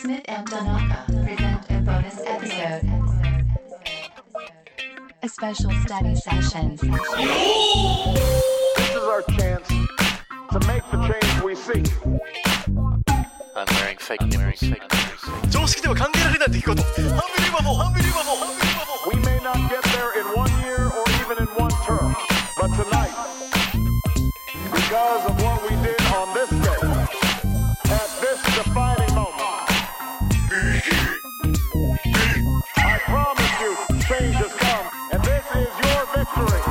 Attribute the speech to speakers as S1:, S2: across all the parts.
S1: Smith and Donaka present a bonus episode. A special study session.
S2: This is our chance to make the change we seek.
S3: I'm wearing fake nipples. Fake
S4: 常識では考えられない出来事ハンビリバボーハンビリバボーハンビリバボ
S2: We
S4: ー
S2: may not get there in one year or even in one term, but tonight, because of what we did on this day, at this defining moment, I promise you, change has come, and this is your victory.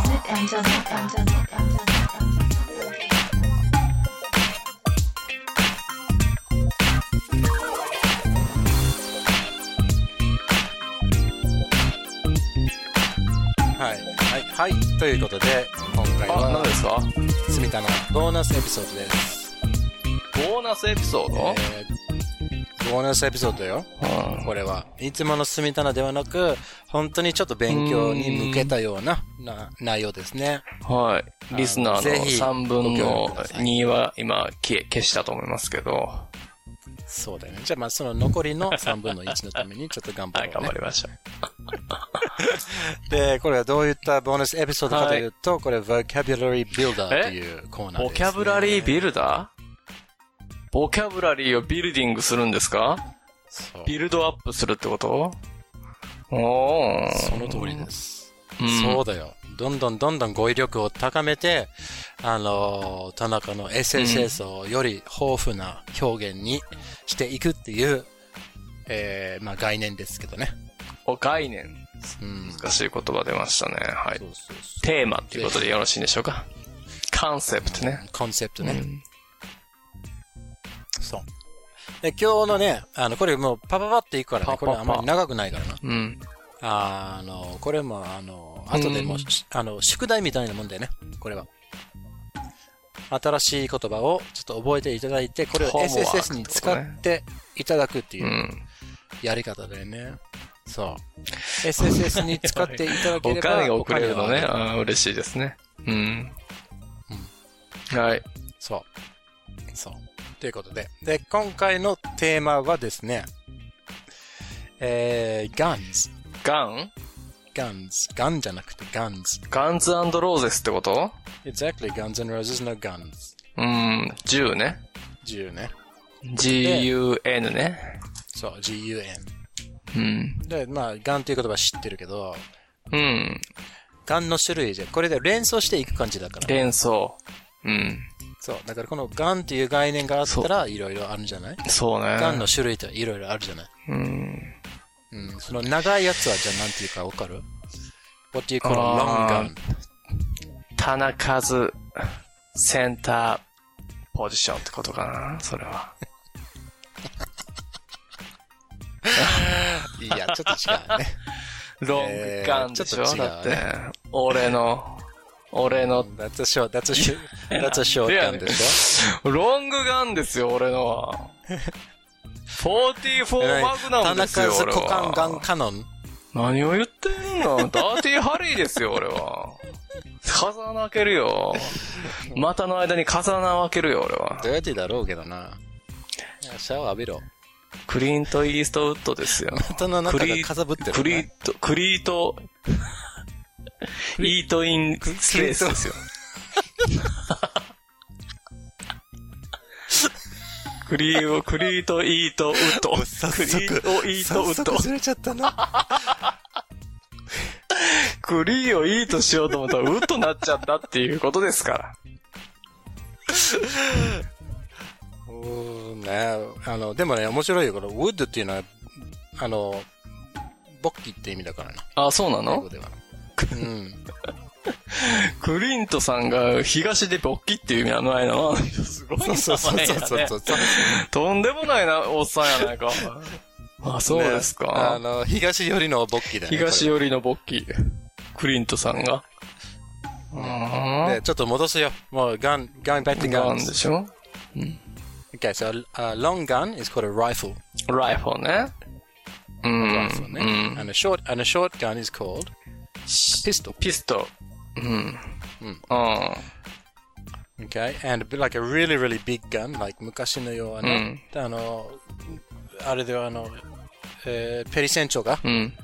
S1: Smith and Donaka.
S5: はい、はい、はい、ということで、今回
S3: あ、何
S5: は
S3: で、すか
S5: すみたのボーナスエピソードです。
S3: ボーナスエピソード、
S5: えーボーナスエピソードよ、これは。いつものすみたなではなく、本当にちょっと勉強に向けたようなな内容ですね。
S3: はい。リスナー
S5: ぜ
S3: の
S5: ひ
S3: 3分の
S5: ご協力ください
S3: 2は今消え、消したと思いますけど、は
S5: そうだよね。じゃあ、まあ、その残りの3分の1のためにちょっと頑張ろう、
S3: い、
S5: ね。
S3: 頑張りました。
S5: で、これはどういったボーナスエピソードかというと、これ、Vocabulary Builder と
S3: え
S5: いうコーナーです、ね。
S3: ボキャブラリービルダーボキャブラリーをビルディングするんですか
S5: そう
S3: ビルドアップするってことおー。
S5: その通りです。
S3: うん
S5: そうだよ。どんどんどんどん語彙力を高めて、あのー、田中の SSS をより豊富な表現にしていくっていう、えー、まあ概念ですけどね。
S3: お概念。
S5: うん。
S3: 難しい言葉出ましたね。はい
S5: そう。そうそ
S3: テーマっていうことでよろしいんでしょうかコンセプトね。
S5: う。コンセプト
S3: う
S5: ね。
S3: ん
S5: そう。で、今日のね、あの、これもうパパパっていくからね。
S3: パパパ
S5: これあんまり長くないからな。
S3: うん。
S5: あの、これも、あの、後でも、
S3: うん
S5: あの、宿題みたいなもんだよね、これは。新しい言葉をちょっと覚えていただいて、これを
S3: ホームワークってこと
S5: SSS
S3: ね。
S5: に使っていただくっていううんやり方だよね。そう。SSS に使っていただけ
S3: お
S5: れば。
S3: 金が送れるのね。
S5: お金は
S3: あー嬉しいですね。うん。はい。
S5: そう。そう。ということで。で、今回のテーマはですね、えー、guns。
S3: ガン
S5: guns。gun じゃなくて guns。
S3: ガンズローゼスってこと
S5: exactly guns and roses no guns。
S3: うん。銃ね。
S5: 銃ね。
S3: G-U-N ね。
S5: そう、GUN。
S3: うん。
S5: で、まあ、ガンっていう言葉知ってるけど、
S3: うん。
S5: ガンの種類で、これで連想していく感じだから。
S3: 連想。うん。
S5: そう。だからこのガンっていう概念があったら、いろいろあるんじゃない
S3: そうね。
S5: ガンの種類っていろいろあるじゃない
S3: うん。
S5: うん。その長いやつは、じゃあなんていうかわかる ?What do you call a
S3: あ
S5: long
S3: ー田中図センターポジションってことかなそれは。
S5: gun? いや、ちょっ と違うね。
S3: ロングガンでしょ、
S5: えーちょっと違うね
S3: だって、俺の、俺の、
S5: That's a short, that's a short, that's a short
S3: いや
S5: gun でし
S3: ロングガンですよ、俺のは。
S5: ょ
S3: 44マグナ
S5: 田
S3: ムですよ
S5: 中、ズ
S3: 俺
S5: コカンガン
S3: は。
S5: カノン。
S3: 何を言ってんのダーティーハリーですよ、俺は。風穴開けるよ。股の間に風穴を開けるよ、俺は。
S5: どうやってだろうけどな。いやシャワー浴びろ。
S3: クリント・イーストウッドですよ。
S5: 人の中がかさぶってる。
S3: クリート、クリート、イートインスペースですよ。クリーを、クリートイートウッド。クリートイートウッド。
S5: れちゃったな。
S3: クリーをイートしようと思ったらウッドになっちゃったっていうことですから。
S5: うーんねあの、でもね、面白いよ。この、ウッドっていうのは、あの、ボッキーって意味だからな。
S3: あ、そうな
S5: 英
S3: の
S5: 語では。うん。
S3: クリントさんが東で勃起っていう意味はないのすごい名前や、ね。
S5: そうそうそう そう。
S3: とんでもないな、おっさんやないか。あ、そうですか。
S5: あの、東寄りのボッキーだよね。
S3: 東
S5: 寄
S3: 寄りの勃起。クリントさんが。うーん
S5: り。ちょっと戻すよ。もう、ガン、ガン、バッティング
S3: ガ
S5: ガ
S3: ン
S5: ン。
S3: でしょ
S5: Okay, so a long gun is called a rifle.
S3: ライフォンね。うん。
S5: Rifle ね。
S3: うん
S5: And a short, and a short gun is called a pistol.
S3: ピストル。うん。うん。
S5: Okay, and like a really, really big gun, like 昔のような、
S3: うん
S5: あの、あれではあの、えーペリセンチョが、
S3: うん。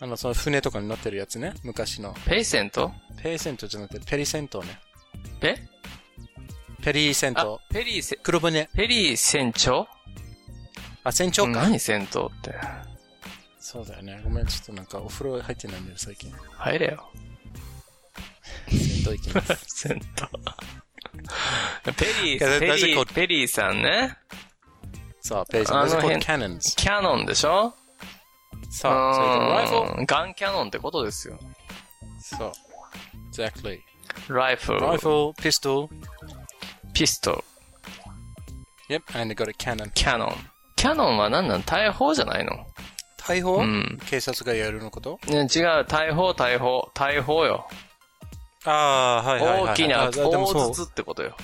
S5: あの、その船とかに乗ってるやつね、昔の。
S3: ペイセント
S5: ペリセントじゃなくて、ペリセントね。
S3: ペ
S5: ペリセン
S3: あ
S5: ト。、
S3: ペリーセ、
S5: 黒船。
S3: ペリー船長
S5: あ、船長か。
S3: 何船長って。
S5: そうだよね。ごめん、ちょっとなんかお風呂入ってないんだよ、最近。
S3: 入れよ。
S5: 銭湯行き ます。
S3: 船頭。ペリー、
S5: Yeah, that-
S3: ペ
S5: that's a
S3: リ
S5: code.
S3: ー、ペリーさんね。
S5: そう、ペリセン
S3: あ
S5: ト。
S3: の
S5: Those are called
S3: 辺
S5: cannons.
S3: キャノンでしょ
S5: そう、それからライフル。
S3: ルガンキャノンってことですよ。
S5: そう。Exactly.
S3: ライフル、
S5: ライフル、ピスト
S3: ピストル、
S5: ル。Yep, and they got a cannon.
S3: キャノン。キャノンは何なん大砲じゃないの
S5: 大砲、
S3: ん
S5: 警察がやるのこと
S3: ね違う、大砲、大砲、大砲よ。
S5: ああ、はいはいはいはい。
S3: 大きな
S5: あでもそ
S3: 大
S5: う
S3: 筒ってことよ。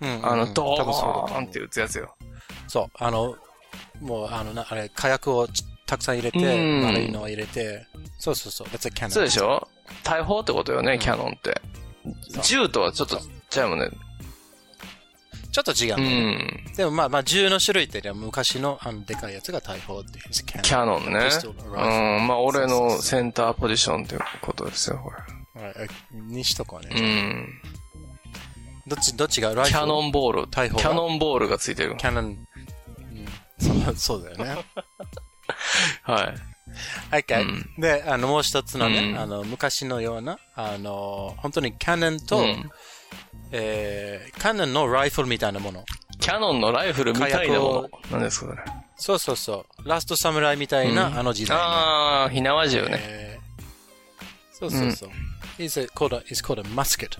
S5: うんうんうん
S3: あの、ド
S5: 多分そうだと
S3: ー
S5: 思
S3: ン
S5: う
S3: って打つやつよ。
S5: そう、あの、もう、あの、なあれ、火薬をちたくさん入れて、
S3: うん
S5: 丸いのを入れて、そうそうそう、that's a cannon.
S3: そうでしょ大砲ってことよね、キャノンって。銃とはちょっとちゃうもんね。
S5: ちょっと違う
S3: う
S5: のね、
S3: ん。
S5: でもまあまあ、銃の種類って、昔の、あの、でかいやつが大砲っていう、it's a cannon.
S3: キャノンね
S5: Pistol。
S3: う
S5: or rifle
S3: ん。まあ、俺
S5: そうそう
S3: の
S5: そう
S3: センターポジションっていうことですよ、これ。
S5: はいはいにしとこうね。
S3: うん。
S5: どっち、どっちがライ
S3: キ
S5: フル
S3: ャノンボール。
S5: 大砲が
S3: キャノンボールがついてる。
S5: キャノン。うん そうそうだよね。
S3: はい。
S5: Okay. で、あの、もう一つのね、
S3: うん
S5: あの、昔のような、あの、本当にキャノンと、
S3: うん
S5: えー、キャノンのライフルみたいなもの。
S3: キャノンのライフルみたいなもの
S5: 火薬。
S3: 何ですか、それ。
S5: そうそうそう。ラストサムライみたいな、あの時代の。
S3: ああ、火縄銃ね。
S5: えーそうそうそう。It's a- called a, it's called a musket.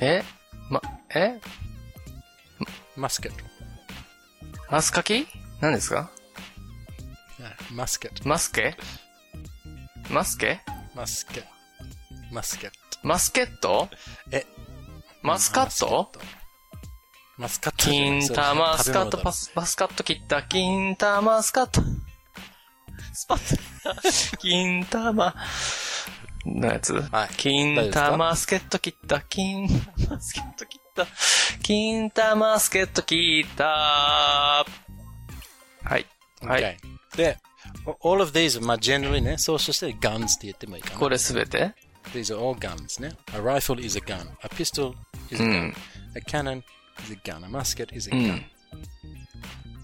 S3: えま、え
S5: Musket.
S3: マスカキ何ですか
S5: Yeah, Musket.
S3: マスケマスケ
S5: Musket. Musket.
S3: マスケット
S5: え
S3: マスカット
S5: マスカットじゃない
S3: 金玉スカットパ。ス、マスカット切った、金玉スカット。スパッ、金玉。のやつ、
S5: はい
S3: 金玉スケット切った、金玉スケット切った、金玉スケット切った。はい。
S5: は
S3: はい。
S5: い。で、o- all of these, まあ、generally ね、総称して guns って言ってもいいかな。
S3: これすべて
S5: These are all guns ね。A rifle is a gun. A pistol is
S3: う
S5: a
S3: ん
S5: gun.。A cannon is a gun. A musket is a
S3: う
S5: gun.
S3: ん。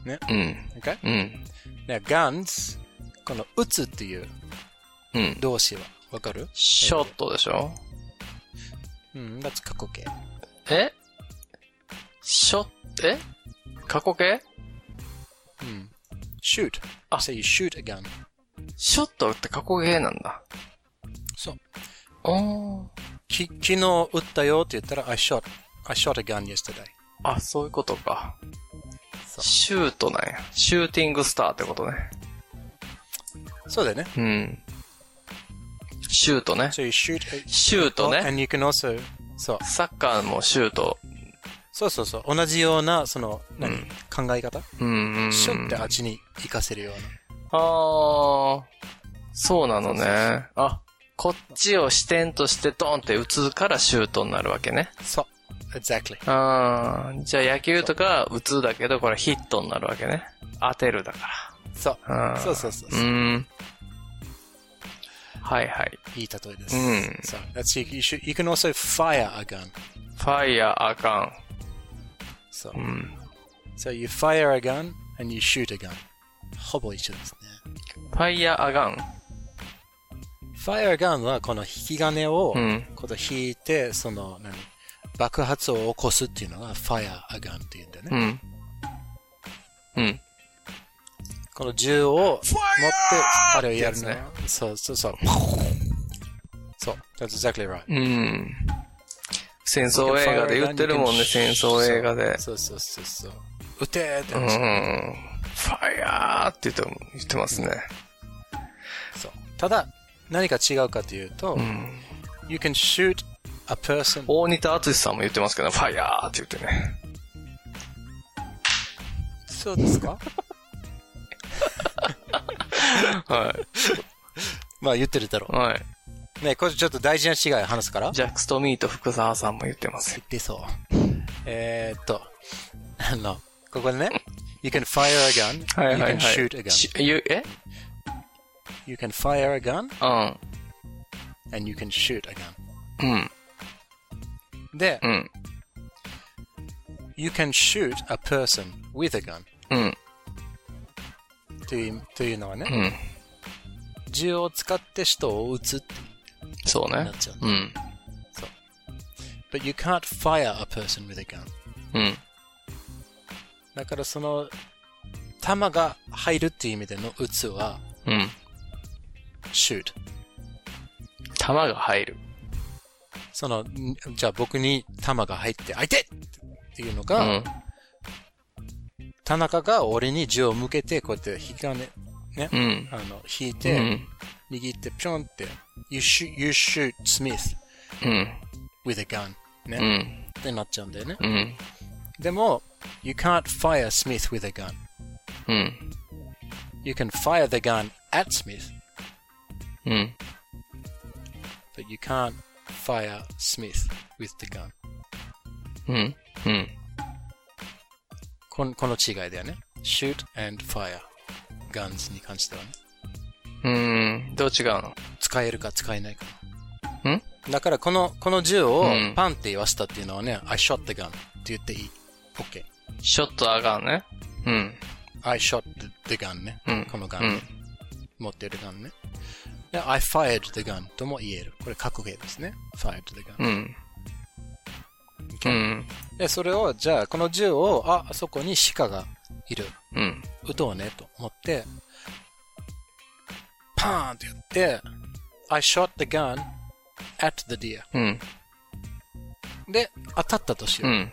S5: ね
S3: うん。
S5: Okay?
S3: うん。
S5: で、guns、この撃つっていう
S3: うん。
S5: 動詞はわかる
S3: ショットでしょ
S5: うん、that's 過去形。
S3: えショット、え過去形
S5: shoot.
S3: あ
S5: Say you shoot a gun.
S3: ショットって過去形なんだ。
S5: そう。
S3: おー。
S5: き、昨日撃ったよって言ったら、I shot, I shot a gun yesterday.
S3: あ、そういうことか。
S5: そう
S3: シュートなんや。シューティングスターってことね。
S5: そうだよね。
S3: うん。シュートね。
S5: So you shoot a,
S3: シュート
S5: Oh,
S3: ね。
S5: and you can also, そう。
S3: サッカーもシュート。
S5: そうそうそう。同じような、その、何、考え方
S3: うんうんうん。
S5: シュってあっちに行かせるよう
S3: あー。そうなのね。あ、こっちを視点としてドンって打つからシュートになるわけね。
S5: な。そう。exactly.
S3: あー。じゃあ野球とか打つだけど、これヒットになるわけね。当てるだから。
S5: そう
S3: あー。
S5: そうそうそう
S3: う
S5: そう。
S3: ーん。はいはい。
S5: いい例えです。
S3: うん
S5: そう。That's, you, you, should, you can also fire a gun.
S3: ファイヤーあかん。
S5: そう
S3: う。ん。
S5: So you fire a gun and you shoot a gun. ほぼ一緒ですね。
S3: ファイヤーあかん。
S5: fire a gun はこの引き金を、
S3: うん
S5: この引いて、その、何爆発を起こすっていうのが fire a gun っていうんだよね。
S3: うん。うん。
S5: この銃を持って、あれをやるの
S3: ってや
S5: ね。そうそうそう。そう。That's exactly right.
S3: うん。戦争映画で言ってるもんね、戦争映画で。
S5: そうそうそうそう。撃てーって
S3: うん。
S5: 話、
S3: ファイヤーって言っても言ってますね。
S5: そう。ただ、何か違うかというと、you can shoot a person.
S3: 大仁田敦さんも言ってますけど、ファイヤーって言って ね。
S5: そうです か
S3: はい。
S5: まあ言ってるだろう。
S3: はい。
S5: ね、これちょっと大事な違いを話すから。
S3: ジャックストミーと福沢さんも言ってますよ。
S5: でそう。えーっと、あの、ここでね、You can fire a gun,
S3: はいはいはい。
S5: you can shoot a gun.
S3: しゆえ
S5: You can fire a gun,
S3: うん。
S5: and you can shoot a gun.
S3: うん。
S5: で、
S3: うん。
S5: You can shoot a person with a gun
S3: うん。
S5: というというのはね、
S3: うん。
S5: 銃を使って人を撃つって
S3: そう
S5: な
S3: ね
S5: っ。ちゃう。
S3: うん。
S5: But you can't fire a person with a gun.
S3: うん。
S5: だからその、弾が入るっていう意味での撃つは、
S3: うん。
S5: shoot。
S3: 弾が入る。
S5: その、んじゃあ僕に弾が入って、あいてっていうの
S3: う
S5: が、
S3: ん。
S5: 田中が俺に銃を向けて、こうやって引かね、ね、
S3: うん。
S5: あの、引いうて、
S3: ん。
S5: 握って、ぴょんって、you shoot, you shoot Smith
S3: うん。
S5: with a gun ね、
S3: うん。
S5: ってなっちゃうんだよね。
S3: うん。
S5: でも、you can't fire Smith with a gun.
S3: うん。
S5: You can fire the gun at Smith,
S3: うん。
S5: but you can't fire Smith with the gun.
S3: うん。うん。
S5: こんこの違いだよね。shoot and fire guns に関してはね。
S3: うん。どう違うの
S5: 使えるか使えないか
S3: ん
S5: だからこの、この銃を
S3: うん
S5: パンって言わせたっていうのはね、I shot the gun って言っていい。OK。
S3: ショットあかんね。うん。
S5: I shot the, the gun ね。
S3: うん
S5: このガン、
S3: うん。
S5: 持ってるガンね。で I fired the gun とも言える。これ格言ですね。fired the gun。
S3: うん。うん。
S5: で、それを、じゃあ、この銃を、あ、あそこに鹿がいる。
S3: うん。
S5: 撃とうね、と思って、パーンって言って、I shot the gun at the deer.
S3: うん。
S5: で、当たったとしよ
S3: う
S5: う。
S3: ん。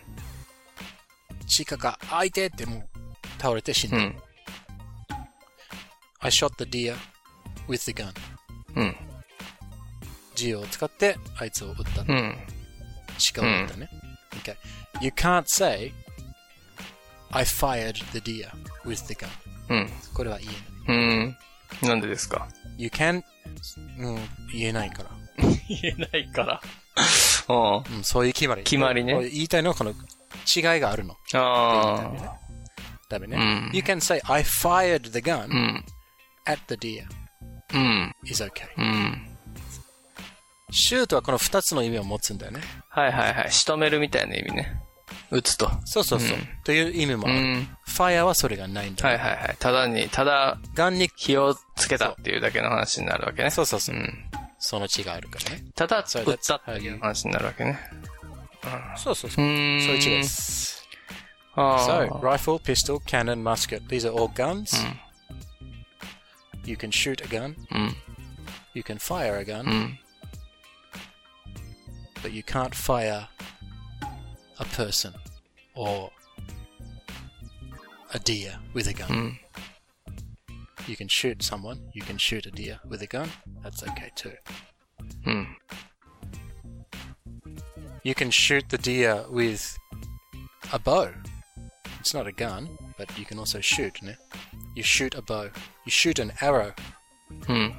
S5: 鹿が、開いてってもう、倒れて死ん
S3: う
S5: だ。
S3: ん。
S5: I shot the deer with the gun.
S3: うん。
S5: 銃を使って、あいつを撃った。
S3: うん。
S5: 鹿を撃ったね。Okay. You can't say, I fired the deer with the gun.
S3: うん。
S5: これは言えない。
S3: うん。なんでですか
S5: You can, うん、言えないから。
S3: 言えないから。 うん。
S5: うん、そういう決まり。
S3: 決まりね
S5: これ言いたいのはこの違いがあるの。
S3: あ
S5: ダメね。
S3: うん
S5: You can say, I fired the
S3: あ。う
S5: gun
S3: ん。
S5: at the deer
S3: うん。
S5: is okay.
S3: うん。
S5: shoot はこの二つの意味を持つんだよね。
S3: はいはいはい。仕留めるみたいな意味ね。打つと。
S5: そうそうそう。
S3: うん
S5: という意味も
S3: う
S5: ある。
S3: ん。
S5: fire はそれがないんだ。
S3: はいはいはい。ただに、ただ、
S5: ガンに、
S3: 火をつけたっていうだけの話になるわけね。
S5: そうそうそうう。
S3: ん。
S5: その違いあるからね。
S3: ただ、
S5: そ
S3: 打
S5: うだ
S3: ったっていう話になるわけね。
S5: そうそう
S3: う
S5: そう。
S3: ーん。
S5: そういう違いです。
S3: あ
S5: So,
S3: Oh.
S5: rifle, pistol, cannon, musket. These are all guns. You can shoot a gun.
S3: あ。うん。
S5: You can fire a gun.
S3: うん。
S5: but you can't fire a person or a deer with a gun.
S3: Mm.
S5: You can shoot someone, you can shoot a deer with a gun, that's okay too.
S3: うん。
S5: You can shoot the deer with a bow. It's not a gun, but you can also shoot, no? You shoot a bow. You shoot an arrow.
S3: うん。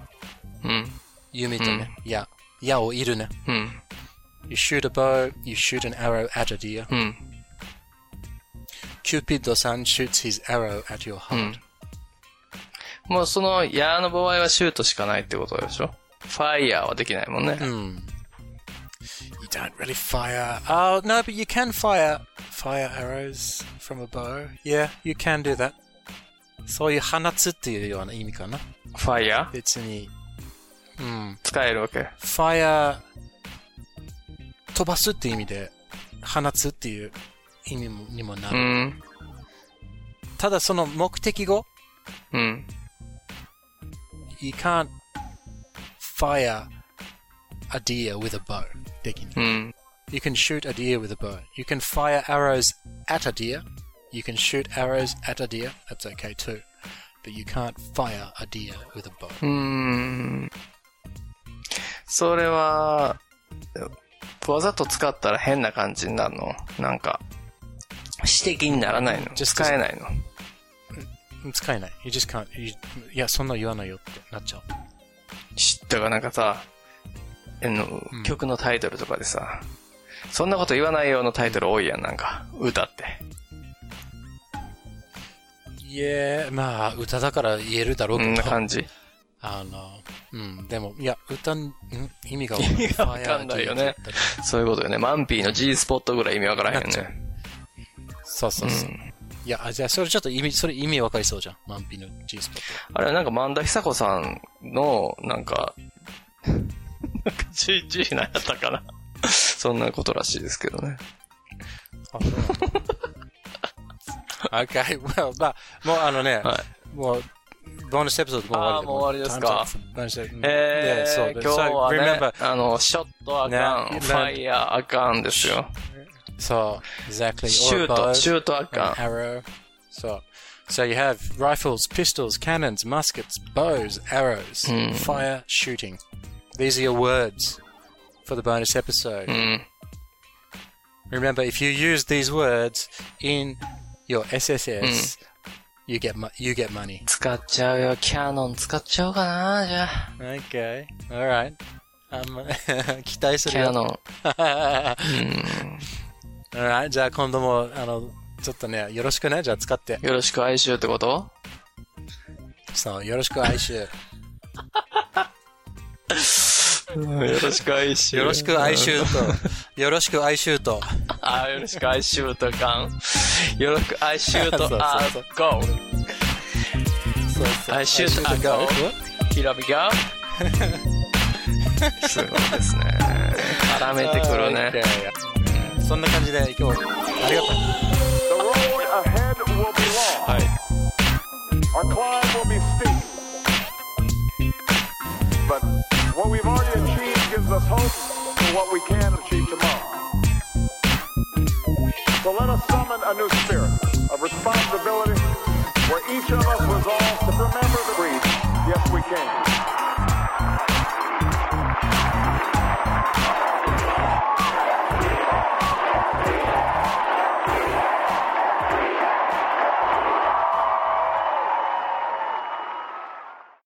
S3: うん。
S5: Yumi Yeah. Yeah or irune.
S3: うん。
S5: You shoot a bow, you shoot an arrow at a deer.
S3: うん。
S5: Cupid-san shoots his arrow at your heart.
S3: もうその、矢の場合はシュートしかないってことでしょファイヤーはできないもんね。
S5: Hmm. You don't really fire. Oh no, but you can fire fire arrows from a bow. Yeah, you can do that. そういう放つっていうような意味かな。
S3: ファイヤー
S5: 別に、うん、
S3: 使えるわけ。
S5: fire 飛ばすっていう意味で放つっていう意味にもな
S3: う
S5: る。
S3: ん。
S5: ただその目的語、
S3: うん。
S5: you can't fire a deer with a bow できない。
S3: うん。
S5: You can shoot a deer with a bow. You can fire arrows at a deer. You can shoot arrows at a deer. That's okay too. But you can't fire a deer with a bow.
S3: うーん。それは、わざと使ったら変な感じになるのなんか、指摘にならないの
S5: Just-
S3: 使えないの
S5: 使えない。You just can't. You, いや、そんな言わないよってなっちゃう。
S3: しだからなんかさ、あの曲のタイトルとかでさ、そんなこと言わないようなタイトル多いやん、なんか、歌って。
S5: いえ、まあ、歌だから言えるだろう
S3: こ
S5: け
S3: んな
S5: ど、
S3: 感じ。
S5: あの、うん、でも、いや、歌ん、ん意味が
S3: 意味がわかんないよね
S5: Fire Gate
S3: そういうことよね。マンピーの G スポットぐらい意味わからへんよ
S5: なっちゃう
S3: ね。
S5: そうそうそう。いや、あじゃあ、それちょっと意味、それ意味わかりそうじゃん。マンピの G スポッ
S3: あれはなんか、萬田久子さんの、なんか、なんか GG なんやったかな。 そんなことらしいですけどね。
S5: ト。あ、そう okay, well, まあ、もうあのね、
S3: は
S5: もう、ボーナスエピソードもう終わり
S3: あーもう終わりですか
S5: Time's up. ボーナスエピソード
S3: え
S5: ね
S3: ー、
S5: そう
S3: 今日は
S5: So,
S3: ね
S5: remember,、
S3: あの、ショットあかん、
S5: ね
S3: ファイヤーあかんですよ。
S5: そう、exactly.
S3: シュー
S5: Or bow
S3: ト、シュートあ
S5: and
S3: かん。
S5: arrow. So, so you have rifles, pistols, cannons, muskets, bows, arrows, fire, shooting. These are your words for the bonus episode.
S3: うん。
S5: Remember, if you use these words in your SSS, you get mo- you get money.
S3: 使っちゃうよ。キャノン使っちゃおうかな、じゃあ。
S5: Okay. All right. Um, 期待す
S3: キャ
S5: るよ。
S3: ノン。
S5: All right. じゃあ今度もあのちょっとねよろしくねじゃあ使って。
S3: よろしく哀愁ってこと
S5: そうよろしく哀愁。
S3: よろしく哀愁。
S5: よろしく哀。愁とよろしく哀愁と。
S3: あ、よろしく哀愁とあかん。よろしく哀愁とあ
S5: そうそう、
S3: ゴー。
S5: そうそう
S3: 哀愁とあかん。Here we go. すごいですね。絡めてくるね。
S5: Okay. そんな感じで今日ありがとう。
S2: The road ahead will be long.
S3: はい。
S2: Our climb will be steep. But what we've already achieved gives us hope for what we can achieve tomorrow. So let us summon a new spirit of responsibility where each of us resolves to remember